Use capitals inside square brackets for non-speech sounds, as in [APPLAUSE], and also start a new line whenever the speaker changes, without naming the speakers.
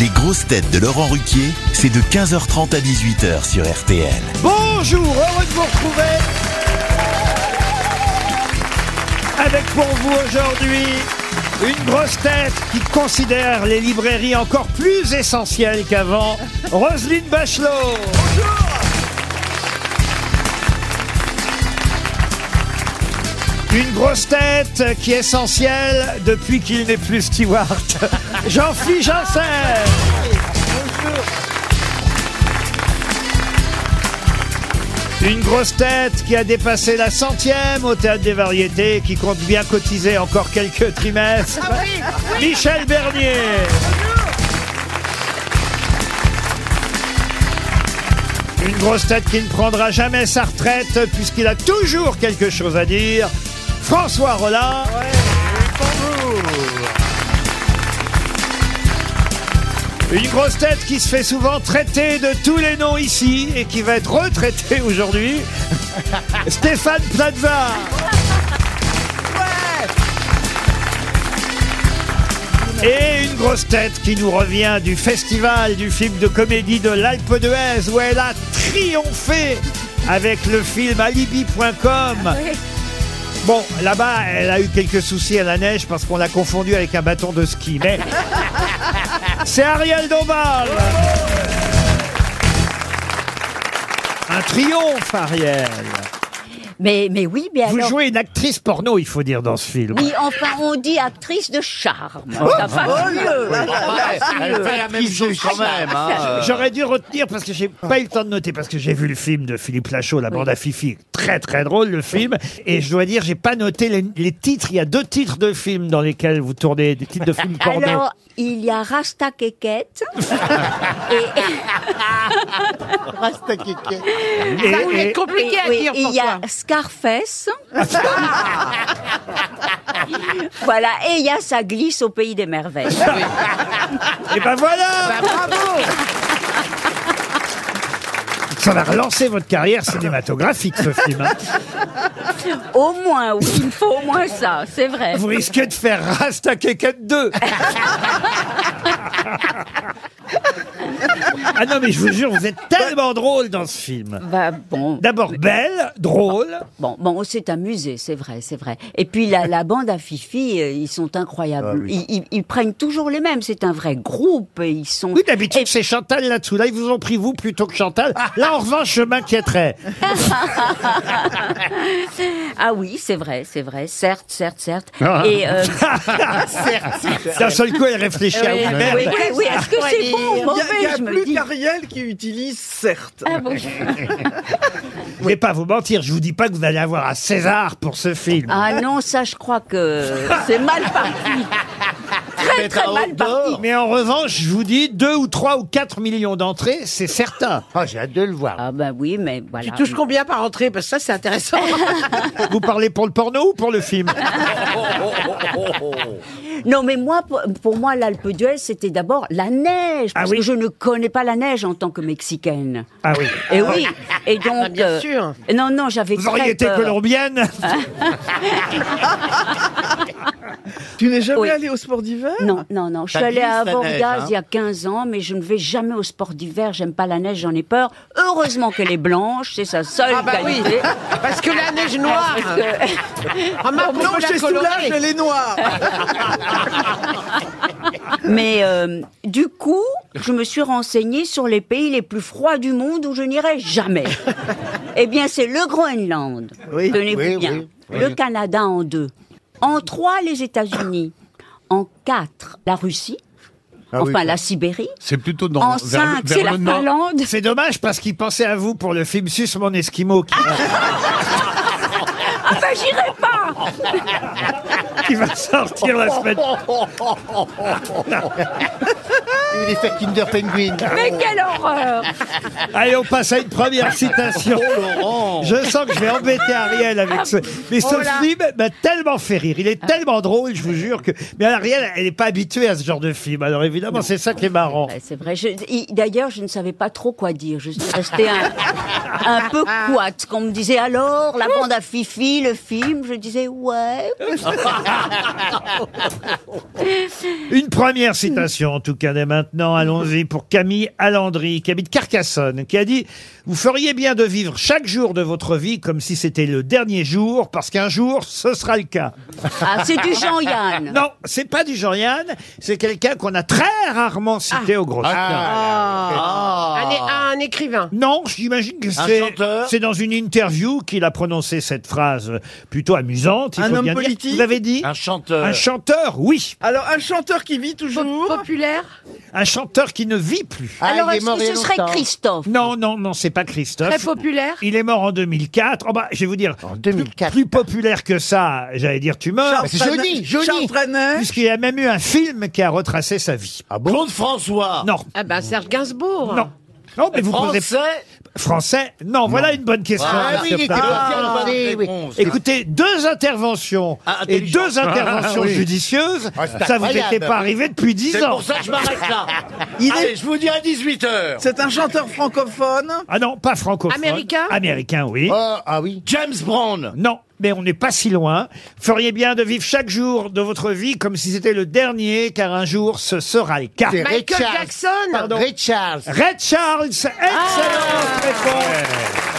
Les grosses têtes de Laurent Ruquier, c'est de 15h30 à 18h sur RTL.
Bonjour, heureux de vous retrouver. Avec pour vous aujourd'hui une grosse tête qui considère les librairies encore plus essentielles qu'avant, Roselyne Bachelot. Une grosse tête qui est essentielle depuis qu'il n'est plus Stewart. [LAUGHS] Jean-Philippe Janssen. Une grosse tête qui a dépassé la centième au théâtre des variétés, qui compte bien cotiser encore quelques trimestres. Michel Bernier. Une grosse tête qui ne prendra jamais sa retraite puisqu'il a toujours quelque chose à dire. François Rollin. Une grosse tête qui se fait souvent traiter de tous les noms ici et qui va être retraité aujourd'hui. Stéphane Plaza. Et une grosse tête qui nous revient du festival du film de comédie de l'Alpe d'Huez où elle a triomphé avec le film alibi.com. Bon, là-bas, elle a eu quelques soucis à la neige parce qu'on l'a confondue avec un bâton de ski. Mais c'est Ariel Dombal. Un triomphe, Ariel.
Mais, mais oui, mais
Vous
alors...
jouez une actrice porno, il faut dire, dans ce film.
Oui, enfin, on dit actrice de charme. Enfin,
Elle fait la même chose quand même. hein.
J'aurais dû retenir parce que j'ai
Ah.
pas eu le temps de noter parce que j'ai vu le film de Philippe Lachaud, La bande à Fifi, très très drôle le film. Et je dois dire, j'ai pas noté les, les titres. Il y a deux titres de films dans lesquels vous tournez des titres de films porno.
Alors, il y a Rasta Keket.
Et- et-
compliqué à dire Il y a Scarface. voilà, et il y a Ça glisse au pays des merveilles.
Et ben
Bah,
voilà Ça va relancer votre carrière cinématographique, ce film. hein.
Au moins, oui, il me faut au moins ça, c'est vrai.
Vous risquez de faire Rasta Keket 2. ah non, mais je vous jure, vous êtes tellement drôle dans ce film.
Bah, bon,
D'abord belle, drôle.
bon, bon, on s'est amusé, c'est vrai, c'est vrai. Et puis la, la bande à Fifi, euh, ils sont incroyables. ils, ils- ils prennent toujours les mêmes. C'est un vrai groupe. et Ils sont
Oui, d'habitude, c'est Chantal là-dessous. Là, ils vous ont pris vous plutôt que Chantal. Là, en revanche, je m'inquiéterais.
Ah oui, c'est vrai, c'est vrai. Certes, certes, certes.
Ah.
Et [LAUGHS] euh,
[LAUGHS]
D'un seul coup, elle réfléchit à
oui,
oui,
oui,
merde.
oui, oui, est-ce que c'est bon ou
Il y a- il y
mauvais
a,
Je me
plus
dis.
qu'Ariel qui utilise certes.
Ah bon
Je vais pas vous mentir, je vous dis pas que vous allez avoir un César pour ce film.
Ah non, ça, je crois que c'est mal parti. Très, très mal parti.
Mais en revanche, je vous dis, 2 ou 3 ou 4 millions d'entrées, c'est certain.
Ah, j'ai hâte de le voir.
Ah ben oui, mais voilà.
Tu touches combien par entrée Parce que ça,
[LAUGHS]
c'est intéressant.
Vous parlez pour le porno ou pour le film
Non, mais moi, pour, pour moi, l'Alpe d'Huez, c'était d'abord la neige,
Ah
parce
oui.
que je ne connais pas la neige en tant que mexicaine.
Ah oui.
Et oui, et donc.
bien
euh,
sûr.
Non, non, j'avais
Vous
très
auriez été
peur.
colombienne
Tu n'es jamais
Oui.
allé au sport d'hiver
Non, non, non. Je suis
Ça
allée à
glisse, la neige,
Vorgas
hein.
il y a 15 ans, mais je ne vais jamais au sport d'hiver. J'aime pas la neige, j'en ai peur. Heureusement qu'elle est blanche, c'est sa seule
Ah bah oui,
qualité.
parce que la neige noire.
[LAUGHS] Ah,
Remarque, on peut
Blanche
la
et soulage,
colorer.
elle est noire.
Mais euh, du coup, je me suis renseignée sur les pays les plus froids du monde où je n'irai
[LAUGHS]
jamais. eh bien, c'est le Groenland.
Oui,
Tenez-vous
oui,
bien.
oui, oui.
Le Canada en deux. En trois, les États-Unis. En quatre, la Russie.
Ah oui,
enfin,
oui.
la Sibérie.
[LAUGHS] C'est plutôt dans
En
vers le-
cinq,
vers
c'est la
le nord.
Finlande.
C'est dommage parce qu'il pensait à vous pour le film Sus mon Esquimau qui,
Ah ben, j'irai pas
Ah
qui va sortir la
[LAUGHS]
semaine.
Il est fait Kinder Penguin.
Mais quelle horreur
Allez, on passe à une première citation.
Oh,
Je sens que je vais embêter Ariel avec ce. Mais
Oh
ce film m'a tellement fait rire. Il est tellement drôle, je vous jure que. Mais Ariel, elle n'est pas habituée à ce genre de film. Alors évidemment, c'est ça qui est marrant.
Ouais, Euh, c'est vrai. Je- i- D'ailleurs, je ne savais pas trop quoi dire. Je suis restée un, un peu coite. Quand on me disait alors, la bande à Fifi, le film, je disais ouais.
Une première citation, en tout cas, dès maintenant. Allons-y pour Camille Alandry, qui habite Carcassonne, qui a dit Vous feriez bien de vivre chaque jour de votre vie comme si c'était le dernier jour, parce qu'un jour, ce sera le cas.
Ah, c'est du Jean-Yann.
Non, c'est pas du Jean-Yann, c'est quelqu'un qu'on a très rarement cité au gros.
Un, é- Ah. un écrivain.
Non, j'imagine que c'est
chanteur
c'est dans une interview qu'il a prononcé cette phrase plutôt amusante. il
Un
faut
homme
bien dire.
politique
Vous avez dit
Un chanteur.
Un chanteur, oui.
Alors, un chanteur qui vit
Po-
toujours.
populaire.
Un chanteur qui ne vit plus.
Ah, il
Alors,
est
est-ce
mort
que
il y
ce
a
serait
longtemps.
Christophe
Non, non, non, c'est pas
Très
Christophe.
populaire.
Il est mort en 2004. Oh bah, je vais vous dire,
En 2004.
plus populaire que ça, j'allais dire tu meurs,
Charles
c'est joli,
Trenet-
joli.
Charles Trenet.
puisqu'il y a même eu un film qui a retracé sa vie.
Ah bon Claude François.
Non,
Ah ben Serge Gainsbourg.
non. Non, mais vous posez
Français.
français Non, voilà une bonne question.
Ah oui, il était
Ah,
pas
oui, oui.
Écoutez, deux interventions
Ah,
et
intelligent.
deux interventions
oui.
judicieuses,
Ah, c'est
ça vous
incroyable.
était pas arrivé depuis dix
C'est
ans.
pour ça que je m'arrête là.
Il est-
Allez, je vous dis à 18h.
C'est un chanteur francophone.
Ah non, pas francophone.
Américain
Américain, oui.
ah oui. James Brown.
Non, mais on n'est pas si loin. Feriez bien de vivre chaque jour de votre vie comme si c'était le dernier, car un jour ce sera le cas.
Michael
Richard.
Jackson.
Richard.
Red Charles, excellente réponse